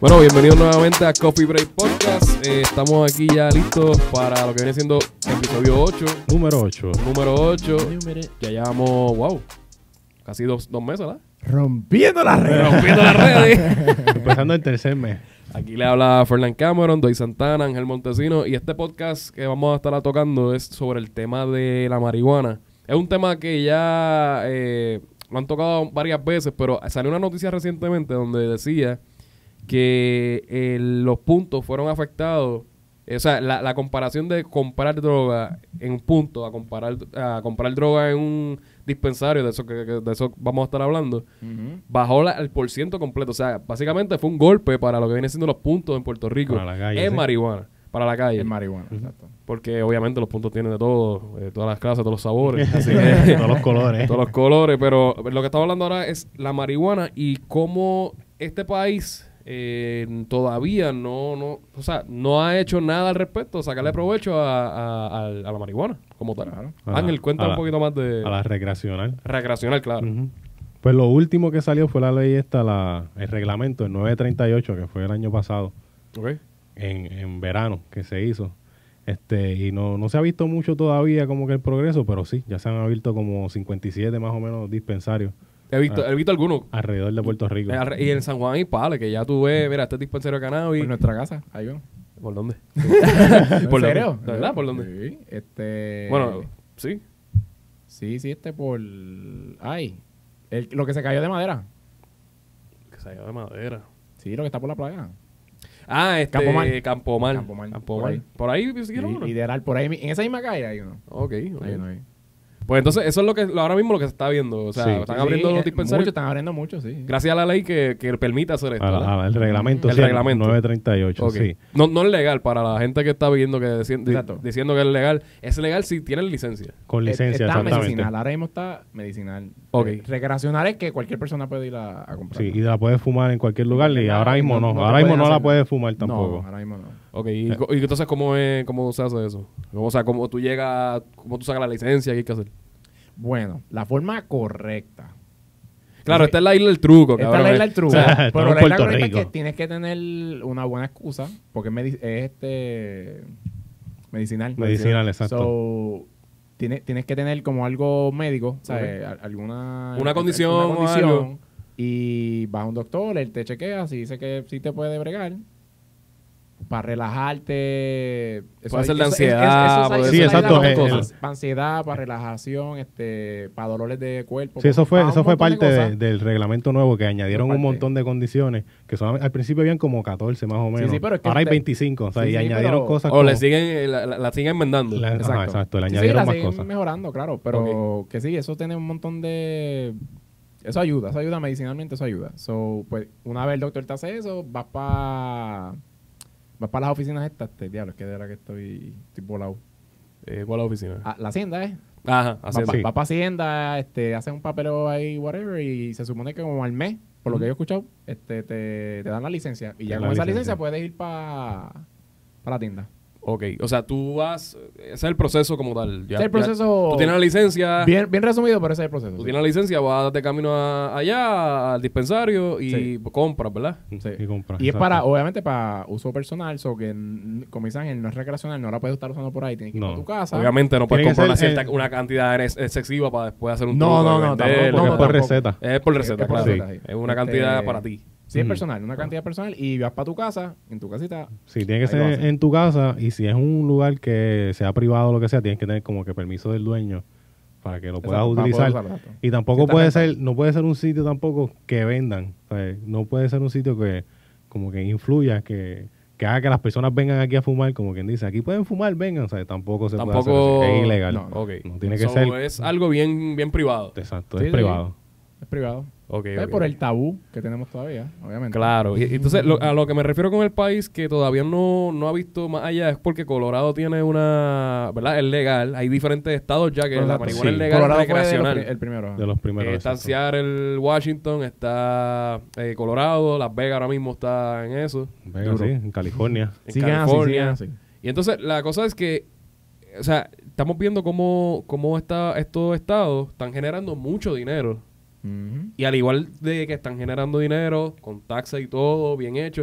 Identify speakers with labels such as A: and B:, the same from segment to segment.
A: Bueno, bienvenidos nuevamente a Coffee Break Podcast. Eh, estamos aquí ya listos para lo que viene siendo episodio 8,
B: Número 8.
A: número 8. Ya llevamos, wow, casi dos, dos meses, ¿verdad?
C: Rompiendo las redes.
A: Rompiendo las redes.
B: Empezando el tercer mes.
A: Aquí le habla Fernán Cameron, Doy Santana, Ángel Montesino. Y este podcast que vamos a estar tocando es sobre el tema de la marihuana. Es un tema que ya eh, lo han tocado varias veces, pero salió una noticia recientemente donde decía que eh, los puntos fueron afectados. eh, O sea, la, la comparación de comprar droga en un punto a comparar a comprar droga en un dispensario, de eso, que, que- de eso vamos a estar hablando, bajó la- el por ciento completo. O sea, básicamente fue un golpe para lo que viene siendo los puntos en Puerto Rico.
B: Para la calle,
A: en
B: sí.
A: marihuana, para la calle.
C: Es marihuana, exacto.
A: porque obviamente los puntos tienen de todo, eh, todas las clases, todos los sabores, así que-
B: Todos los colores.
A: todos los colores. Pero lo que estamos hablando ahora es la marihuana y cómo este país eh, todavía no, no, o sea, no ha hecho nada al respecto, sacarle provecho a, a- a- a la marihuana como tal.
C: Claro.
B: A la-
A: Ángel, cuenta
B: a
A: un
B: la-
A: poquito más de
B: A la recreacional.
A: recreacional, claro.
B: Ujú. Pues lo último que salió fue la ley esta, la, el reglamento, el 938, que fue el año pasado,
A: Ok.
B: en, en verano, que se hizo. Este, y no, no se ha visto mucho todavía como que el progreso, pero sí, ya se han abierto como 57 más o menos dispensarios
A: He visto, he visto algunos.
B: alrededor de Puerto Rico.
A: Eh, arre- Y en San Juan y Pale, que ya tú ves, mira, este es dispensario de cannabis.
C: Por nuestra casa, ahí va.
A: ¿Por dónde?
C: ¿En
A: ¿Por dónde?
C: serio?
A: ¿De verdad? ¿Por dónde?
C: Sí, este...
A: Bueno, Eh, sí.
C: Sí, sí, este por... Ay, el- lo que se cayó de madera.
A: Que se ha ido de madera.
C: Sí, lo que está por la playa.
A: Ah, este. Campomar.
C: Campomar.
A: Campomar.
C: Campomar.
A: Por ahí, si
C: Y,
A: quieres uno.
C: Literal, por ahí, mi- en esa misma calle hay uno.
A: Ok, ok.
C: Hay uno ahí.
A: Pues entonces, eso es lo que lo- ahora mismo lo que se está viendo. O sea,
B: Sí.
A: están abriendo los
C: Sí, eh, mucho,
A: dispensarios.
C: están abriendo mucho, sí.
A: Gracias a la ley que, que permite hacer esto.
B: A la-
A: ¿verdad?
B: a la- el reglamento,
A: El
B: sí,
A: reglamento.
B: 938,
A: Ok.
B: sí.
A: No, no es legal para la gente que está viendo que decien- di-
C: Exacto.
A: diciendo que es legal. Es legal si tienen licencia.
B: Con licencia,
C: Eh, Está
B: exactamente.
C: medicinal, ahora mismo está medicinal.
A: Ok.
C: Eh, Recreacional es que cualquier persona puede ir a, a comprar.
B: Sí, y la puedes fumar en cualquier lugar y
C: Claro,
B: ahora
C: y
B: mismo
C: no-
B: no,
C: no te
B: ahora mismo
C: pueden
B: no la
C: hacer-
B: puedes fumar
C: No,
B: tampoco.
C: ahora mismo no.
A: Ok, y, co- y entonces, ¿cómo, es, ¿cómo se hace eso? O sea, ¿cómo tú llegas, cómo tú sacas la licencia? ¿Qué hay que hacer?
C: Bueno, la forma correcta.
A: Claro,
C: Sí.
A: esta es la isla del truco.
C: Esta es
A: cabrón. eh.
C: la isla del truco.
B: O sea, estamos
C: pero
B: en
C: la
B: Puerto
C: isla correcta es
B: Rico.
C: que tienes que tener una buena excusa, porque es, medi- es este medicinal.
B: Medicinal, exacto.
C: So, tiene- tienes que tener como algo médico, ¿sabes? Al- Alguna,
A: Una condición o algo.
C: Y vas a un doctor, él te chequea, si dice que sí te puede bregar. Para relajarte.
A: Puede ser de
C: eso- eso-
A: ansiedad,
C: eso- eso-
A: puede
B: ser-
C: eso
B: Sí,
C: ayuda
B: exacto, eh,
C: para
B: el-
C: cosas.
B: el-
C: Para ansiedad, para relajación, este, para dolores de cuerpo.
B: Sí, eso fue,
C: para un
B: eso fue
C: montón de
B: parte
C: cosas.
B: de- del reglamento nuevo que añadieron un
C: parte.
B: montón de condiciones que son, al principio habían como 14 más o menos.
C: sí, pero es que
B: ahora hay
C: te-
B: 25, o sea,
C: Sí,
B: y
C: sí,
B: añadieron
C: pero-
B: cosas
A: O
B: como-
A: le siguen, eh, la, la- la siguen enmendando.
B: la- ajá, exacto.
C: Exacto.
B: le
C: Sí,
B: añadieron
C: sí, la
B: más
C: siguen
B: cosas.
C: mejorando, claro, pero que sí, eso tiene un montón de... Eso ayuda, eso ayuda medicinalmente, eso ayuda. So, pues, una vez el doctor te hace eso, vas para... Vas para las oficinas estas, te diablo, es que de verdad que estoy, estoy volado.
A: Eh, ¿Cuál es la oficina?
C: Ah, la hacienda, ¿eh?
A: Ajá, así
C: Vas
A: es.
B: Sí.
C: para hacienda, este, haces un papeleo ahí, whatever, y se supone que como al mes, por lo que yo he escuchado, este, te, te dan la licencia.
B: Te
C: Y ya
B: dan
C: con
B: la
C: esa
B: licencia.
C: licencia puedes ir para la tienda.
A: Ok, o sea, tú vas. Ese es el proceso como tal. Ya-
C: Ese es el
A: ya-
C: proceso-
A: tú tienes la licencia.
C: Bien, bien resumido, pero ese es el proceso.
A: Ah. Tú
C: sí.
A: tienes la licencia, vas de camino a- allá, al dispensario y
C: Sí.
A: compras, ¿verdad?
C: Sí.
B: Y comprar,
C: Y es
B: exacto.
C: para, obviamente, para uso personal, so que, mm, como dicen, el no es recreacional, no la puedes estar usando por ahí, tienes que ir
B: No.
C: a tu casa.
A: Obviamente no puedes
B: Tiene que
A: comprar una,
B: ser
A: cierta,
B: el-
A: una cantidad ex- excesiva para después hacer un
C: No,
A: truco
C: no,
A: de venderlo,
C: no,
B: Porque
C: tampoco,
B: es
A: que-
B: por
C: tampoco.
B: receta.
A: Es por
C: Es
A: receta,
C: Eh, por
A: claro.
C: receta, sí.
A: Es una
C: Este-
A: cantidad para ti.
C: Sí, es
B: Ujú.
C: personal, una cantidad personal, y vas para tu casa, en tu casita.
B: Sí, tiene que
C: Ahí lo
B: ser
C: hacen.
B: en tu casa y si es un lugar que sea privado o lo que sea, tienes que tener como que permiso del dueño para que lo
C: Exacto,
B: puedas
C: para poder
B: utilizar.
C: usarlo, exacto.
B: y tampoco
C: Cierta
B: puede
C: gente.
B: ser, no puede ser un sitio tampoco que vendan. o sea, No puede ser un sitio que como que influya, que, que haga que las personas vengan aquí a fumar, como quien dice, aquí pueden fumar, vengan, o sea, tampoco se
A: Tampoco-
B: puede hacer así, Es ilegal.
C: No, no.
A: Ok.
B: No tiene que
A: So,
B: ser-
A: Es algo bien, bien privado.
B: Exacto,
C: Sí,
B: es
C: sí.
B: privado.
C: Es privado.
A: Ok,
C: Es
A: ok.
C: por el tabú que tenemos todavía, obviamente.
A: Claro, y y entonces lo- a lo que me refiero con el país que todavía no, no ha visto más allá es porque Colorado tiene una, ¿verdad? Es legal, hay diferentes estados ya que la
C: Colorado-
A: marihuana
B: sí.
A: es legal
C: Colorado fue de los
A: recreacional.
C: pri- el primero.
B: De los primeros.
A: Eh, está
B: exacto.
A: Seattle, Washington, está eh, Colorado, Las Vegas ahora mismo está en eso,
B: Venga, sí, en California.
A: en
C: Sigan así,
A: California.
C: sigan así.
A: Y entonces la cosa es que, o sea, estamos viendo cómo, cómo está, estos estados están generando mucho dinero
C: Ujú.
A: Y al igual de que están generando dinero, con taxes y todo, bien hecho.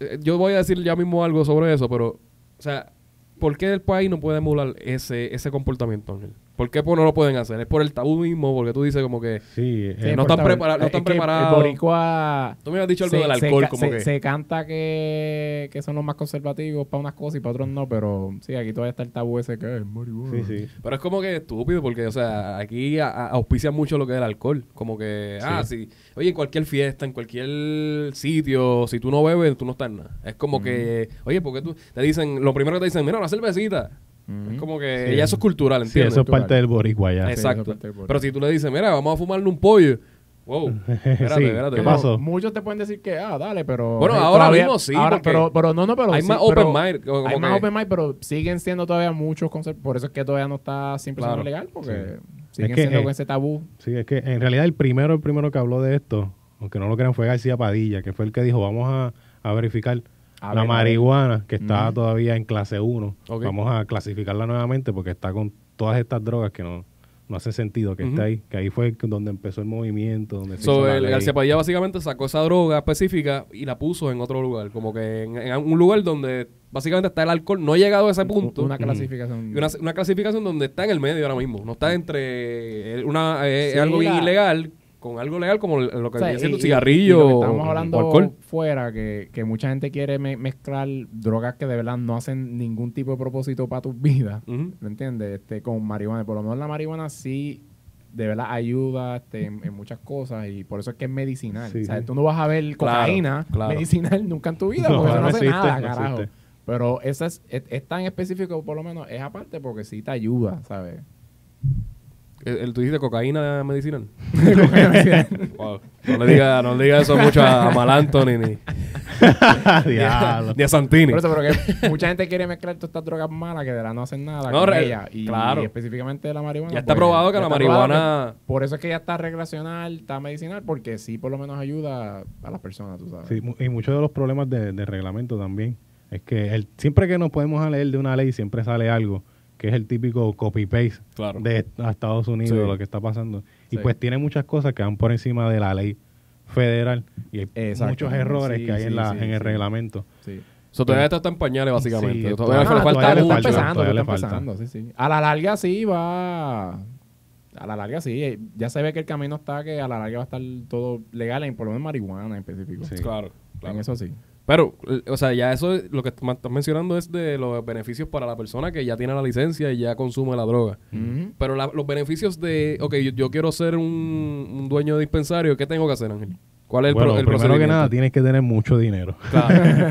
A: Eh, Yo voy a decir ya mismo algo sobre eso, pero, o sea, ¿por qué el país no puede emular ese, ese comportamiento, Ángel? ¿Por qué pues, no lo pueden hacer? Es por el tabú mismo, porque tú dices como que...
B: Sí,
C: Sí,
B: eh,
A: no
C: por
A: están
C: favor.
A: prepara- no están
C: Eh, es que el
A: preparados.
C: boricua-
A: Tú me habías dicho algo
C: se-
A: del
C: se
A: alcohol,
C: ca-
A: como
C: se,
A: que...
C: se canta que, que son los más conservativos para unas cosas y para otros no, pero sí, aquí todavía está el tabú ese que es marihuana.
B: sí, sí.
A: Pero es como que estúpido, porque, o sea, aquí a- a- auspician mucho lo que es el alcohol. Como que, ah, sí. Oye, en cualquier fiesta, en cualquier sitio, si tú no bebes, tú no estás en nada. Es como que, oye, porque tú te dicen, lo primero que te dicen, mira, una cervecita.
C: Ujú.
A: Es como que
B: Sí.
A: ya eso es cultural,
B: Sí,
A: ¿entiendes?
B: eso es parte
C: Portugal.
B: del boricua ya.
C: Es-
A: Exacto.
C: Sí, eso es parte del
A: Pero si tú le dices, mira, vamos a fumarle un pollo. Wow. Espérate,
B: Sí,
A: espérate.
B: ¿qué
A: no.
B: pasó?
C: Muchos te pueden decir que, ah, dale, pero.
A: Bueno,
C: eh,
A: ahora mismo sí,
C: ahora-
A: porque
C: pero, pero no, no, pero.
A: hay
C: sí,
A: más
C: pero-
A: open mind, como
C: Hay
A: que-
C: más open mind, pero siguen siendo todavía muchos conceptos. Por eso es que todavía no está 100%
A: Claro.
C: legal, porque
B: Es
C: siguen
B: que,
C: siendo
B: eh,
C: con ese tabú.
B: Sí, es que en realidad el primero, el primero que habló de esto, aunque no lo crean, fue García Padilla, que fue el que dijo, vamos a, a verificar
C: A
B: la
C: ver, a
B: marihuana, que está
C: Ujú.
B: todavía en clase 1.
A: Ok.
B: Vamos a clasificarla nuevamente porque está con todas estas drogas que no, no hace sentido que
A: Ujú.
B: está ahí. Que ahí fue donde empezó el movimiento. Donde se hizo
A: So,
B: la
A: el
B: ley.
A: García Padilla básicamente sacó esa droga específica y la puso en otro lugar. Como que en, en un lugar donde básicamente está el alcohol. No ha llegado a ese punto.
C: Una
A: Ujú.
C: clasificación.
A: Y una, una clasificación donde está en el medio ahora mismo. No está entre eh, una, eh,
C: Sí,
A: algo bien
C: la-
A: ilegal con algo legal como el- lo que
C: O sea,
A: viene siendo
C: y- y-
A: cigarrillo
C: y lo que
A: o-
C: estamos
A: o
C: hablando
A: alcohol.
C: fuera, que, que mucha gente quiere me- mezclar drogas que de verdad no hacen ningún tipo de propósito para tu vida.
A: Ujú.
C: ¿Me entiendes? Este, con marihuana. Por lo menos la marihuana sí, de verdad, ayuda este, en, en muchas cosas y por eso es que es medicinal.
B: Sí.
C: O sea, tú no vas a ver cocaína
A: claro.
C: medicinal nunca en tu vida
B: No,
C: porque eso no
B: no
C: hace
B: existe,
C: nada,
B: no
C: carajo.
B: existe.
C: Pero esa es, es, es tan específico, por lo menos, es aparte porque sí te ayuda, ¿sabes?
A: El- el- tú dijiste cocaína medicinal.
C: Cocaína medicinal.
A: Wow. No le diga, no le diga eso mucho a, a Mal Anthony ni,
B: Diablo.
A: ni a Santini.
C: Por eso, pero que mucha gente quiere mezclar todas estas drogas malas que de la no hacen nada
A: No,
C: con
A: re-
C: ella. Y,
A: claro.
C: y específicaamente la marihuana.
A: Ya está
C: pues,
A: probado que
C: ya
A: la
C: está probado
A: marihuana-
C: que- por eso es que ya está recreacional, está medicinal, porque sí por lo menos ayuda a las personas, tú sabes.
B: Sí, mu- y muchos de los problemas de, de reglamento también. Es que el, siempre que nos podemos a leer de una ley, siempre sale algo que es el típico copy-paste
A: Claro.
B: de est- a Estados Unidos,
A: Sí.
B: de lo que está pasando. Y
C: Sí.
B: pues tiene muchas cosas que van por encima de la ley federal y hay
C: Exacto.
B: muchos errores
C: Sí,
B: que hay en,
C: sí,
B: la,
C: sí,
B: en el
C: sí.
B: reglamento.
C: Sí.
A: So, todavía esto está en pañales, básicamente.
B: Sí,
A: todavía
B: esto-
A: le
B: Ah,
A: falta
C: todavía
A: mucho.
C: le está empezando,
B: todavía
C: está
B: le falta.
C: empezando, sí, sí. A la larga sí va. A la larga sí, eh, ya se ve que el camino está que a la larga va a estar todo legal, en, por lo menos marihuana en específico.
B: Sí.
A: Claro, claro.
C: En eso sí.
A: Pero, l- o sea, ya eso, es- lo que me estás mencionando es de los beneficios para la persona que ya tiene la licencia y ya consume la droga.
B: Mm.
C: Ujú.
A: Pero la- los beneficios de, ok, yo, yo quiero ser un, un dueño de dispensario, ¿qué tengo que hacer, Ángel? ¿Cuál es el,
B: bueno,
A: pro- el
B: primero que
A: procedimiento?
B: nada, tienes que tener mucho dinero.
A: Claro.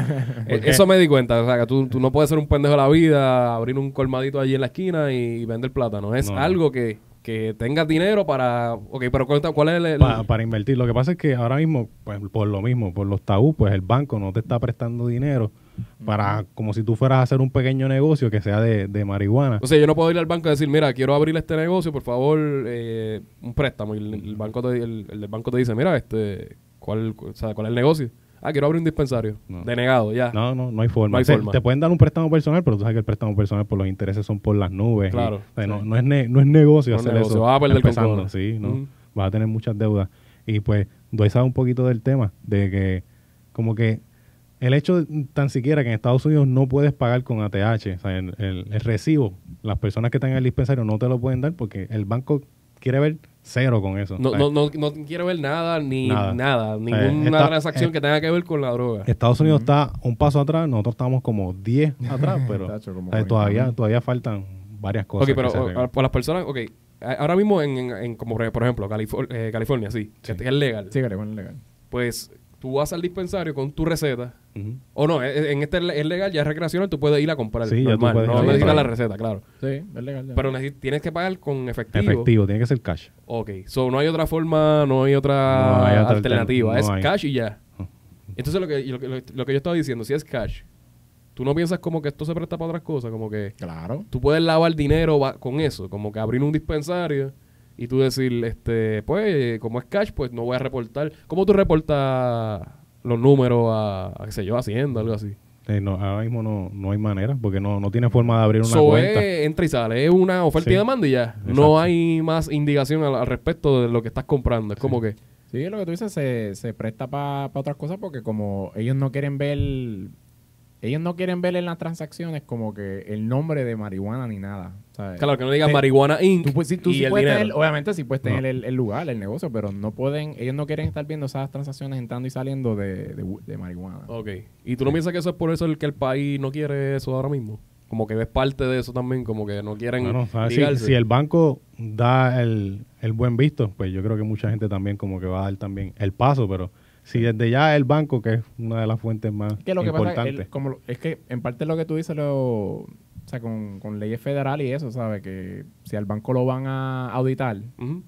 A: Eh, Eso me di cuenta. O sea, que tú, tú no puedes ser un pendejo de la vida, abrir un colmadito allí en la esquina y vender plátano. Es
B: No.
A: algo que, que tengas dinero para... Ok, pero cuenta, ¿cuál es el...? el-
B: pa- para invertir. Lo que pasa es que ahora mismo, pues, por lo mismo, por los tabú, pues el banco no te está prestando dinero para, como si tú fueras a hacer un pequeño negocio que sea de, de marihuana.
A: O sea, yo no puedo ir al banco y decir, mira, quiero abrir este negocio, por favor, eh, un préstamo. Y el, el banco te, el, el del banco te dice, mira, este, ¿cuál, o sea, ¿cuál es el negocio? Ah, quiero abrir un dispensario.
B: No.
A: Denegado, ya.
B: No, no, no hay forma.
A: No hay
B: Te-
A: forma.
B: Te pueden dar un préstamo personal, pero tú sabes que el préstamo personal por los intereses son por las nubes. y,
A: Claro,
B: o sea, no,
A: sí.
B: no es ne- no es negocio
A: No es
B: hacer
A: negocio,
B: eso.
A: vas a perder con
B: empezando,
A: cojones.
B: sí, ¿no?
A: Ujú.
B: Vas a tener muchas deudas. Y pues, doy sabe un poquito del tema, de que como que el hecho de- tan siquiera que en Estados Unidos no puedes pagar con ATH, o sea, el, el- el recibo, las personas que están en el dispensario no te lo pueden dar porque el banco quiere ver cero con eso.
A: No,
B: O sea,
A: no, no, no quiero ver nada, ni nada,
B: Nada.
A: ninguna
B: esta-
A: transacción
B: eh,
A: que tenga que ver con la droga.
B: Estados Unidos está un paso atrás, nosotros estamos como 10 atrás, pero
C: Tacho, como
B: o sea,
C: cuarenta,
B: todavía,
C: ¿no?
B: todavía faltan varias cosas.
A: ok,
B: que
A: pero
B: se
A: o-
B: arreglen.
A: a- para las personas, ok, a- ahora mismo en, en- en- como por por ejemplo Califor- eh, California, sí, que
B: Sí.
A: es legal,
C: Sí, que le ponen legal.
A: pues tú vas al dispensario con tu receta,
B: Ujú.
A: o no, e- en este le- es legal, ya es recreacional, tú puedes ir a comprar,
B: Sí, ya tú
A: normal,
B: puedes ir
A: no
B: a
A: necesitas la
B: comprar.
A: receta, claro,
C: Sí, es legal. ya.
A: pero necesi- tienes que pagar con efectivo.
B: Efectivo, tiene que ser cash.
A: Ok, so no hay otra forma, no hay otra,
B: No hay otra
A: alternativa,
B: altern-
A: es
B: no hay.
A: cash y ya.
B: Ujú.
A: Entonces lo que, lo, que, lo que yo estaba diciendo, si es cash, tú no piensas como que esto se presta para otras cosas, como que...
C: Claro.
A: tú puedes lavar dinero va- con eso, como que abrir un dispensario y tú decir, este, pues, eh, como es cash, pues no voy a reportar. ¿Cómo tú reportas los números a, a, qué sé yo, Hacienda, algo así?
B: eh, no, ahora mismo no, no hay manera, porque no, no tiene forma de abrir una
A: So, eh,
B: cuenta.
A: es, entra y sale, es una oferta
B: Sí.
A: y demanda y ya.
B: Exacto.
A: No hay más indicación al, al respecto de lo que estás comprando. Es como que,
C: Sí, lo que tú dices se, se presta para otras cosas porque como ellos no quieren ver, ellos no quieren ver en las transacciones como que el nombre de marihuana ni nada. ¿sabes?
A: claro, que no digas
C: Te-
A: marihuana Inc.
C: Tú, pues, sí, tú
A: y
C: sí
A: el
C: puedes
A: dinero.
C: tener, obviamente sí puedes tener
B: No.
C: el, el lugar, el negocio, pero no pueden, ellos no quieren estar viendo esas transacciones entrando y saliendo de, de- de marihuana.
A: Ok. ¿Y tú no piensas que eso es por eso el que el país no quiere eso ahora mismo? Como que ves parte de eso también, como que no quieren
B: Bueno, ¿sabes? Si-
A: ligarse.
B: si, el banco da el, el buen visto, pues yo creo que mucha gente también como que va a dar también el paso, pero si desde ya el banco, que es una de las fuentes más
C: Es que lo que pasa es, que
B: importantes,
C: el- como, lo- es que en parte lo que tú dices, lo, o sea, con, con leyes federales y eso, ¿sabes? Que si al banco lo van a auditar,
A: Ujú.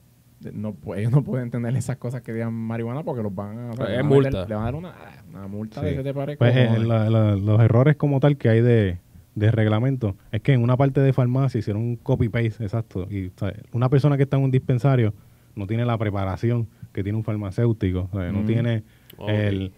C: no, pu- ellos no pueden tener esas cosas que digan marihuana porque los van a... o sea,
A: Es
C: le van a meter-
A: multa.
C: le van a dar una, ah, una multa de
B: Sí.
C: que te pare
B: pues,
C: cojones.
B: eh, la- la- los errores como tal que hay de, de reglamento, es que en una parte de farmacia hicieron un copy-paste, exacto, y ¿sabes? una persona que está en un dispensario no tiene la preparación que tiene un farmacéutico, ¿sabes? no
C: Mm.
B: tiene
A: Ok.
B: el,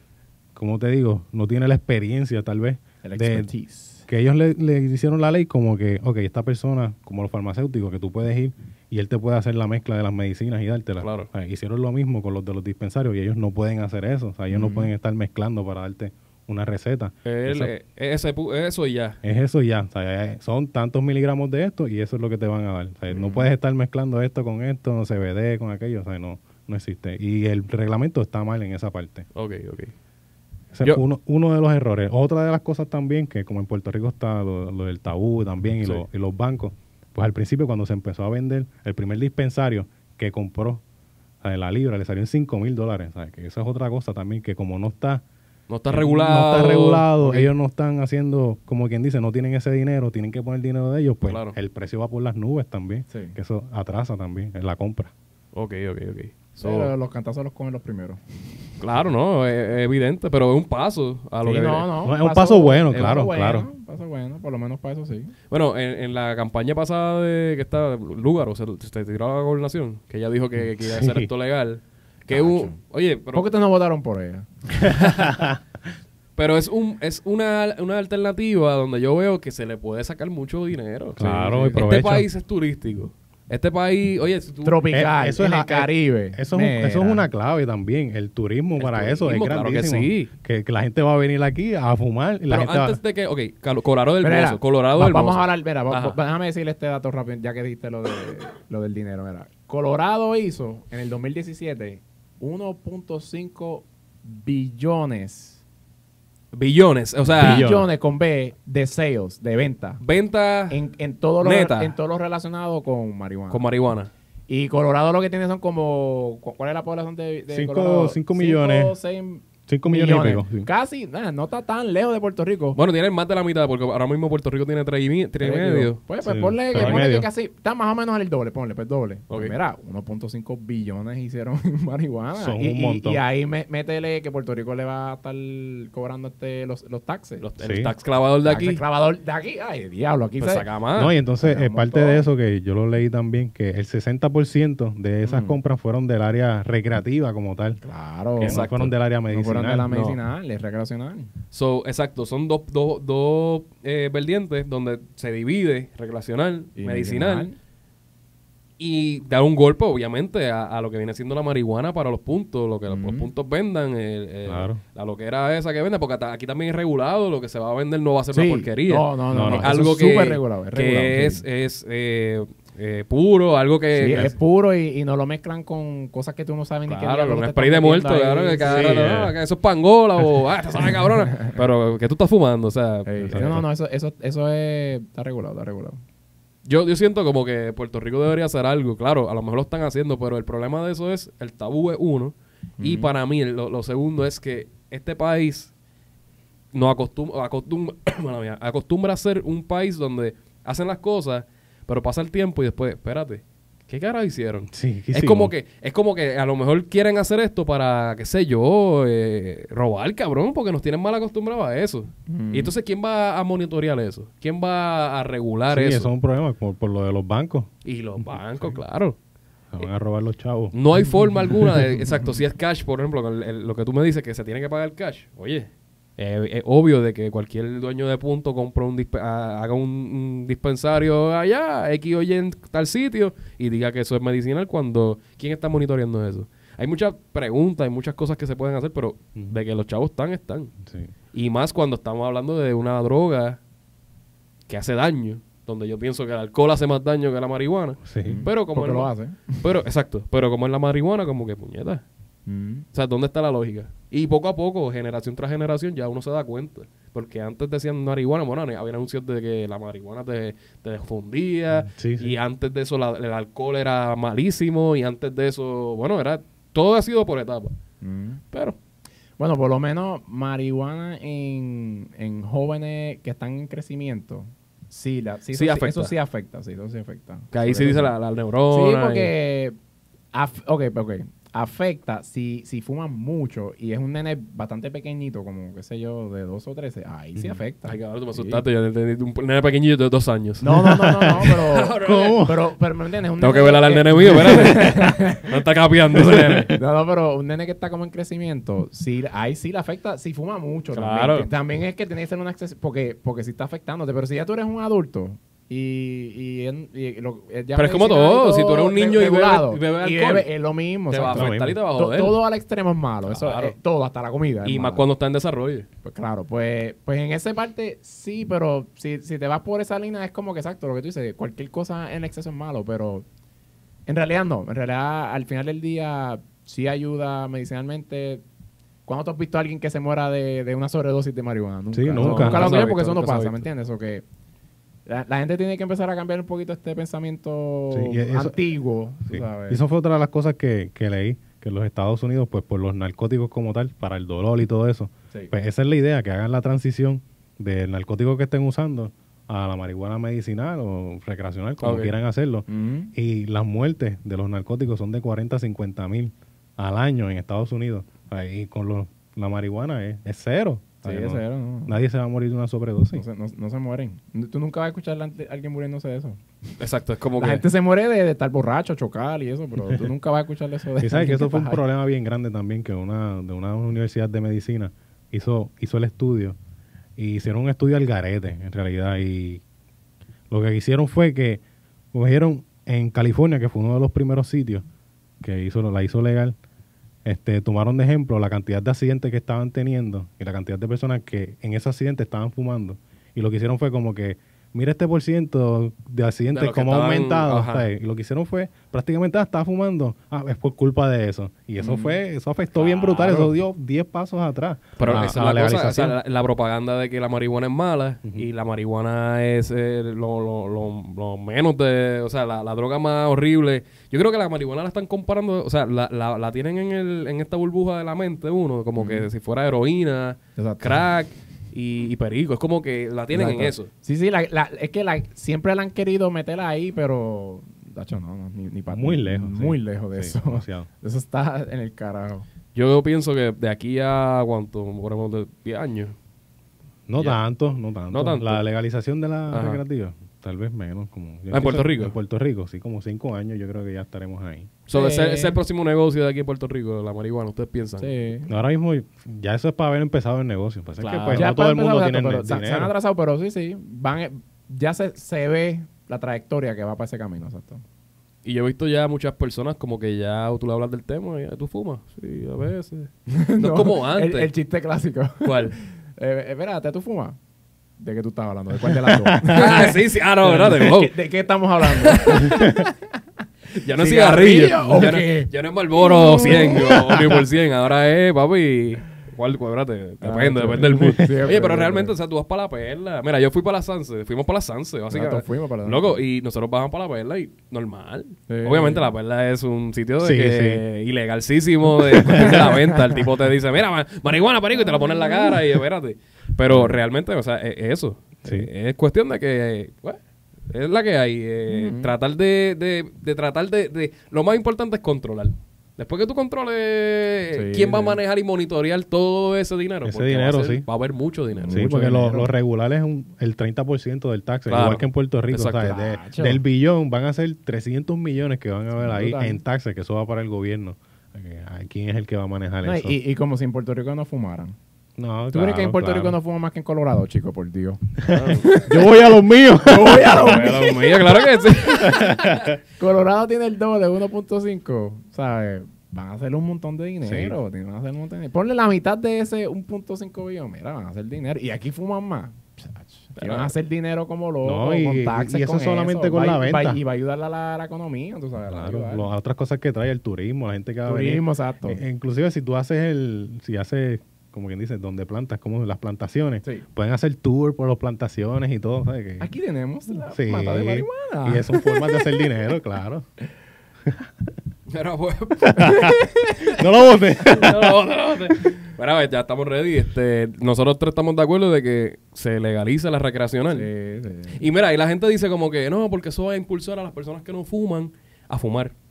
B: como te digo, no tiene la experiencia tal vez
C: El
B: de,
C: expertise.
B: que ellos le, le hicieron la ley como que, ok, esta persona, como los farmacéuticos, que tú puedes ir y él te puede hacer la mezcla de las medicinas y dártela.
A: Claro.
B: O sea, hicieron lo mismo con los de los dispensarios y ellos no pueden hacer eso. O sea, ellos no
C: Ujú.
B: pueden estar mezclando para darte una receta.
A: El-
B: Eso-
A: eh, ese pu- eso y ya.
B: es eso y ya. O sea, eh, son tantos miligramos de esto y eso es lo que te van a dar. O sea, No
C: Ujú.
B: puedes estar mezclando esto con esto, no CBD con aquello. O sea, no, no existe. Y el reglamento está mal en esa parte.
A: Ok, ok.
B: Ese
A: Yo-
B: es uno, uno de los errores. Otra de las cosas también, que como en Puerto Rico está lo, lo del tabú también y,
A: Sí.
B: lo- y los bancos, pues al principio cuando se empezó a vender, el primer dispensario que compró o sea, la libra le salió en 5 mil dólares. ¿sabes? Que esa es otra cosa también, que como no está,
A: No está regulado.
B: no está regulado
A: Ok.
B: ellos no están haciendo, como quien dice, no tienen ese dinero, tienen que poner dinero de ellos, pues
A: Claro.
B: el precio va por las nubes también,
C: Sí.
B: que eso atrasa también en la compra.
A: Ok, ok, ok. So,
C: Pero los cantazos los comen los primeros.
A: claro, no, es, es evidente, pero es un paso a lo
C: Sí,
A: que
C: no, no,
B: No, es un paso bueno,
C: es un
B: claro,
C: paso bueno,
B: claro.
C: un paso bueno, por lo menos para eso sí.
A: Bueno, en, en la campaña pasada de que está Lúgaro, se, se tiró a la gobernación, que ella dijo que, que iba a hacer
B: Sí.
A: esto legal. Que
C: Cacho.
A: un, oye,
C: ¿Por
A: pero,
C: qué ustedes no votaron por ella?
A: pero es un es una, una alternativa donde yo veo que se le puede sacar mucho dinero.
B: Claro, y
C: sí, sí.
A: Este
B: provecho.
A: país es turístico. Este país, oye, si tú...
C: Tropical,
B: Eh, eso
C: en
B: es
C: el
B: a- eh,
C: Caribe.
B: Eso es, un- eso es
C: Mira.
B: una clave también. El turismo
A: El
B: para eso es
A: turismo, claro que
B: grandísimo.
A: sí.
B: que, que la gente va a venir aquí a fumar. y la
A: Pero
B: gente va-
A: antes de que... Ok, Calo- Colorado del
C: Mira,
A: Hermoso, Colorado
C: va-
A: del
C: Vamos a
A: Hermoso.
C: hablar, mira, va-
A: Ajá.
C: va- déjame decirle este dato rápido, ya que dijiste lo, de, lo del dinero. Mira. Colorado hizo en el 2017 1.5 billones,
A: Billones, o sea,
B: Billones.
C: billones con B, de sales, de venta,
A: venta
C: en, en, todo lo,
A: Neta.
C: en todo lo relacionado con marihuana.
A: con marihuana.
C: y Colorado lo que tiene son como, cu- ¿cuál es la población de, de
B: Cinco-
C: Colorado?
B: cinco millones.
C: 6
B: cinco millones,
C: millones.
B: y pico. sí.
C: Casi, nada, no está tan lejos de Puerto Rico.
A: Bueno, tienen más de la mitad, porque ahora mismo Puerto Rico tiene tres y, mi- tres y medio.
C: Pues, pues
B: Sí,
C: ponle, que,
B: tres y
C: ponle que
B: medio.
C: casi está más o menos en el doble, ponle, pues doble. Pues
A: Ok.
C: mira, 1.5 billones hicieron en marihuana.
B: Son
C: y,
B: un
C: y-
B: montón.
C: y ahí me- métele que Puerto Rico le va a estar cobrando este, los, los taxes.
A: Los,
C: Los
A: El
B: Sí.
A: tax clavador de aquí.
C: El clavador de aquí, ay, diablo, aquí
A: Pues
C: se-
A: saca más.
B: No, y entonces
C: Pero
B: eh,
C: un
B: parte
C: montón.
B: de eso que yo lo leí también, que el 60% de esas
C: Mm.
B: compras fueron del área recreativa como tal.
C: Claro.
B: Que no
A: Exacto.
B: fueron del área
C: No
B: medicinal.
C: fueron de la
B: no.
C: medicinal, es recreacional.
A: So, exacto, son dos, dos, dos eh, vertientes donde se divide recreacional,
C: Y
A: medicinal, y da un golpe, obviamente, a, a lo que viene siendo la marihuana para los puntos, lo que los- los
C: Ujú.
A: puntos vendan, el- el-
B: Claro.
A: la loquera esa que vende, porque hasta aquí también es regulado, lo que se va a vender no va a ser
C: Sí.
A: una porquería.
C: No, no,
B: No,
C: no.
B: no.
C: no,
A: es
C: eso
A: algo
C: es
A: que,
C: súper regulado. Es
A: que
C: regulado, sí.
A: es, es, eh, eh, puro, algo que...
C: Sí,
A: que-
C: es puro y, y no lo mezclan con cosas que tú no sabes ni qué
A: Claro,
C: diablos
A: con
C: te
A: spray de
C: están
A: muerto,
C: metiendo
A: claro,
C: ahí.
A: que cada
B: Sí,
A: rato,
B: eh.
A: "Ah, que eso es pangola o ah, esta sabe cabrona. Pero que tú estás fumando, o sea,
C: Ey,
B: Exacto.
C: no, no, eso, eso, eso es, está regulado, está regulado.
A: Yo, yo siento como que Puerto Rico debería hacer algo. Claro, a lo mejor lo están haciendo, pero el problema de eso es el tabú es uno. Y
C: Ujú.
A: para mí, lo, lo segundo es que este país nos acostumbra, acostumbra, mala mía, acostumbra a ser un país donde hacen las cosas, pero pasa el tiempo y después, espérate, ¿qué cara hicieron?
B: Sí, ¿qué
A: Es
B: hicimos?
A: como que, es como que a lo mejor quieren hacer esto para, qué sé yo, eh, robar, cabrón, porque nos tienen mal acostumbrados a eso.
C: Mm.
A: Y entonces, ¿quién va a monitorear eso? ¿Quién va a regular
B: Sí,
A: eso?
B: eso es un problema por, por lo de los bancos.
A: Y los bancos, claro.
B: Se
C: Eh,
B: van a robar los chavos.
C: mm.
A: No hay forma alguna de, exacto, si es cash, por ejemplo, con el- el- lo que tú me dices, que se tiene que pagar cash. Oye, Eh, es obvio de que cualquier dueño de punto compra un dispe- ah, haga un, un dispensario allá, X o Y en tal sitio, y diga que eso es medicinal cuando... ¿Quién está monitoreando eso? Hay muchas preguntas, hay muchas cosas que se pueden hacer, pero de que los chavos están, están.
B: Sí.
A: Y más cuando estamos hablando de una droga que hace daño, donde yo pienso que el alcohol hace más daño que la marihuana.
B: Sí.
C: Mm.
A: Pero como
C: Porque
A: es
C: lo
A: la-
C: hace.
A: Pero, exacto, pero como es la marihuana, como que puñeta.
C: Mm.
A: O sea, ¿dónde está la lógica? Y poco a poco, generación tras generación, ya uno se da cuenta. Porque antes decían marihuana, bueno, había anuncios de que la marihuana te, te desfundía.
C: Mm,
B: Sí, sí.
A: Y antes de eso, la- el alcohol era malísimo. Y antes de eso, bueno, era todo ha sido por etapas.
C: Mm.
A: Pero,
C: Bueno, por lo menos marihuana en, en jóvenes que están en crecimiento. Sí, la, sí,
A: Sí
C: eso, sí-
A: afecta.
C: eso sí afecta, sí, eso sí afecta.
A: que ahí sí
C: Sobre
A: dice
C: todo.
A: la, la
C: Sí,
A: neurona. y-
C: porque... af- ok, pero ok. Afecta si, si fuman mucho y es un nene bastante pequeñito, como qué sé yo, de 2 o 13. Ahí sí afecta.
A: Ay, cabrón, tú me
C: Sí.
A: asustaste. Yo entendí un nene pequeñito de dos años.
C: No, no, no, no, no, pero...
B: ¿Cómo?
C: Pero, pero, ¿me entiendes? Un
A: Tengo que
C: nene
A: velar al nene mío, ¿eh? espérate. no está capeando ese nene.
C: No, no, pero un nene que está como en crecimiento, sí, ahí sí le afecta, si fuma mucho.
A: Claro.
C: También, Que también es que tiene que ser un acceso, porque, porque sí está afectándote, pero si ya tú eres un adulto y... y, en- y lo- eh, ya
A: Pero es como
C: medicinal y
A: todo, si tú eres un niño y bebes-
C: regulado,
A: y bebes
C: y
A: alcohol,
C: bebe, es lo mismo.
A: Te va a
C: exacto.
A: afectar y te va a
C: To-
A: joder.
C: todo al extremo es malo, eso
A: Claro.
C: eh, todo, hasta la comida. es
A: y más
C: mala.
A: cuando está en desarrollo.
C: Pues claro, pues, pues en esa parte sí, pero si, si te vas por esa línea es como que exacto lo que tú dices, cualquier cosa en exceso es malo, pero en realidad no, en realidad al final del día sí ayuda medicinalmente. ¿Cuándo tú has visto a alguien que se muera de, de una sobredosis de marihuana? Nunca,
B: Sí,
C: Eso
B: nunca.
C: lo
A: Nunca se ha
C: creo porque
A: visto,
C: eso no
A: nunca se ha
C: pasa, ¿me
A: visto.
C: entiendes? O que la, la gente tiene que empezar a cambiar un poquito este pensamiento
B: Sí, y eso-
C: antiguo, tú
B: Sí.
C: sabes.
B: Y eso fue otra de las cosas que, que leí, que en los Estados Unidos, pues por los narcóticos como tal, para el dolor y todo eso,
C: Sí.
B: pues esa es la idea, que hagan la transición del narcótico que estén usando a la marihuana medicinal o recreacional, como
A: Ok.
B: quieran hacerlo.
C: Mm.
B: Y las muertes de los narcóticos son de 40 a 50 mil al año en Estados Unidos. Ahí con los, la marihuana es, es cero.
C: Sí,
B: O sea,
C: es
B: no-
C: cero, no.
B: Nadie se va a morir de una sobredosis.
C: No, se, no- no se mueren. Tú nunca vas a escuchar a alguien muriéndose de eso.
A: Exacto, es como
C: La
A: que.
C: gente se muere de, de estar borracho, chocar y eso, pero tú nunca vas a escuchar eso de
B: Y sabes que eso fue un
C: Ajá.
B: problema bien grande también, que una de una universidad de medicina hizo, hizo el estudio y hicieron un estudio al garete, en realidad. Y lo que hicieron fue que cogieron en California, que fue uno de los primeros sitios que hizo la hizo legal, este, tomaron de ejemplo la cantidad de accidentes que estaban teniendo y la cantidad de personas que en ese accidente estaban fumando. Y lo que hicieron fue como que, mira este por ciento de
A: De
B: accidentes,
A: los que
B: como ha
A: estaban-
B: aumentado.
A: ajá.
B: ¿sabes? Y lo que hicieron fue, prácticamente ah, estaba fumando. Ah, es por culpa de eso. Y eso fue, eso afectó bien brutal.
C: Claro.
B: Eso dio 10 pasos atrás.
A: Pero
C: Ah,
B: a-
A: esa
B: a
A: es la, cosa, o sea,
B: legalización.
A: la, la propaganda de que la marihuana es mala y la marihuana es eh, lo, lo- lo- lo menos de, o sea, la, la droga más horrible. Yo creo que la marihuana la están comparando, o sea, la, la- la tienen en, el, en esta burbuja de la mente uno, como que si fuera heroína,
C: Exacto.
A: crack y, y perico. Es como que la tienen en
C: Exacto.
A: eso.
C: Sí, sí, la- la- es que la, siempre la han querido meter ahí, pero. Dacho, no, no, ni, ni pa-
B: Muy lejos, sí.
C: Muy lejos de
B: Sí,
C: eso.
B: demasiado.
C: Eso está en el carajo.
A: Yo pienso que de aquí a, ¿cuánto? Por ejemplo, de 10 años.
B: No
A: Ya.
B: tanto, no tanto,
A: No tanto.
B: La legalización de la
A: Ajá.
B: recreativa, tal vez menos. Como, yo
A: ¿En
B: pienso-
A: Puerto Rico?
B: En Puerto Rico, sí, como 5 años yo creo que ya estaremos ahí.
A: So,
C: Sí.
A: ese, ese es el próximo negocio de aquí en Puerto Rico, la marihuana, ¿ustedes piensan?
C: Sí.
B: Ahora mismo, ya eso es para haber empezado el negocio. Pasa
A: Claro.
B: que pues,
A: Ya
B: no todo el
C: para
B: mundo
C: empezar,
B: tiene
C: exacto,
B: el
C: pero se- Se han
B: dinero.
C: atrasado, pero sí, sí. Van, ya se, se ve la trayectoria que va para ese camino, exacto.
A: Y yo he visto ya muchas personas como que ya tú le hablas del tema y "Ah, tú fumas. Sí, a veces. No, es como antes.
C: El, el chiste clásico.
A: ¿Cuál?
C: Eh, espérate, ¿tú fumas? ¿De qué tú estabas hablando? ¿De cuál de las dos?
A: ah, sí, sí. Ah, no,
C: ¿De,
A: espérate. wow.
C: qué, de qué estamos hablando?
A: Ya no es
C: ¿Cigarrillo
A: cigarrillo.
C: Mm. o
A: Ya, no,
C: qué?
A: ya no es Marlboro 100 o 1000 por 100. Ahora es, papi. ¿Cuál? cuál? Espérate. Depende,
C: Ah,
A: depende del mood.
C: sí, ok,
A: Oye, pero
C: ok.
A: realmente, o sea, tú vas para la perla. Mira, yo fui para la Sanse. Fuimos para la Sanse, básicamente.
C: Nosotros fuimos para la
A: Loco, y nosotros bajamos para la perla y normal.
C: Sí.
A: Obviamente, la perla es un sitio de
B: Sí,
A: que ilegalcísimo de, de la venta. El tipo te dice, mira, ma- marihuana, parico, y te la pone en la cara y espérate. Pero realmente, o sea, es, es eso.
B: Sí.
A: Eh, Es cuestión de que, bueno, es la que hay. eh, Tratar de, de, de tratar de, de- Lo más importante es controlar. Después que tú controles
C: Sí,
A: quién va a
C: sí.
A: manejar y monitorear todo ese dinero.
B: Ese
A: porque
B: dinero,
A: va a ser-
B: sí.
A: Va a haber mucho dinero.
B: Sí,
C: Mucho
B: porque lo,
C: dinero.
B: lo regular es un- el 30% del tax,
A: Claro.
B: igual que en Puerto Rico.
A: Exacto.
B: ¿sabes? De-
C: Tacho.
B: del billón van a ser 300 millones que van a haber ahí
C: Brutal.
B: en taxes, que eso va para el gobierno. Eh, ¿Quién es el que va a manejar
C: No,
B: eso?
C: y, y como si en Puerto Rico no fumaran.
B: No,
C: ¿Tú crees que
B: claro,
C: en Puerto
B: claro.
C: Rico no fuma más que en Colorado, chico? Por Dios.
B: Yo voy a los míos.
A: Pero, pues, mía, claro que sí.
C: Colorado tiene el doble, 1.5. ¿Sabes? Van a hacer un montón de dinero. tienen- Van a hacer un montón de dinero. Ponle la mitad de ese 1.5 billón. Mira, van a hacer dinero. Y aquí fuman más. Chach, Y van a hacer dinero como locos,
B: No, y-
C: con taxes,
B: y eso
C: con
B: solamente con
C: Va-
B: la
C: va-
B: venta.
C: y va a ayudar a la, a la economía, tú sabes. la
B: Claro,
C: ayudar.
B: lo- las otras cosas que trae el turismo, la gente que va a venir.
C: Turismo, exacto.
B: Eh, Inclusive si tú haces el, si haces, como quien dice, donde plantas, como las plantaciones,
C: Sí.
B: pueden hacer tour por las plantaciones y todo, ¿sabes? Que-
C: Aquí tenemos la
B: Sí.
C: mata de marihuana.
B: Y es son formas de hacer dinero, claro.
A: Pero pues,
B: No lo voté.
A: no, no, no. Mira, a ver, ya estamos ready. Este, nosotros tres estamos de acuerdo de que se legalice la recreacional.
C: Sí, sí.
A: Y mira, ahí la gente dice como que no, porque eso va a impulsar a las personas que no fuman a fumar.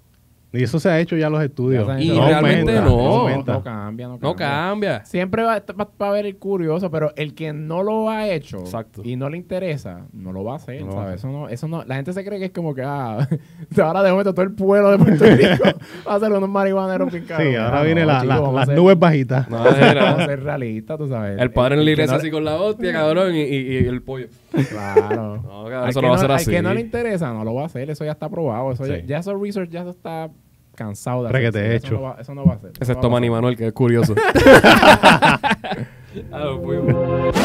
B: Y eso se ha hecho ya en los estudios.
C: Ya se han
A: Y
C: hecho.
A: realmente
B: aumenta,
A: no.
B: aumenta.
C: No cambia, no cambia.
A: No cambia.
C: Siempre va, va- va a haber el curioso, pero el que no lo ha hecho
A: Exacto.
C: y no le interesa, no lo va a hacer,
B: No lo va a
C: ¿sabes? Eso no, eso no, la gente se cree que es como que, ah, ahora de momento todo el pueblo de Puerto Rico va a ser unos marihuaneros bien caros.
B: Sí, ahora
C: Ah,
B: viene
C: no,
B: la-
C: chicos,
B: la-
C: vamos a
B: las
C: ser-
B: nubes bajitas.
A: No,
C: Vamos a
A: era-
C: ser realistas, tú sabes.
A: el padre en la
C: que
A: iglesia
C: no-
A: así con la hostia, cabrón, y, y- y el pollo.
C: Claro.
A: No, cabrón,
C: Al
A: eso
C: que
A: no va a ser
C: al
A: así.
C: que no le interesa, no lo va a hacer. Eso ya está probado. Eso ya,
B: Sí.
C: ya eso research ya eso está cansado de hacer.
B: Requete
C: eso,
B: hecho.
C: No va, eso no va a ser.
A: Excepto Manny Manuel, que es curioso. Ah, lo fuimos.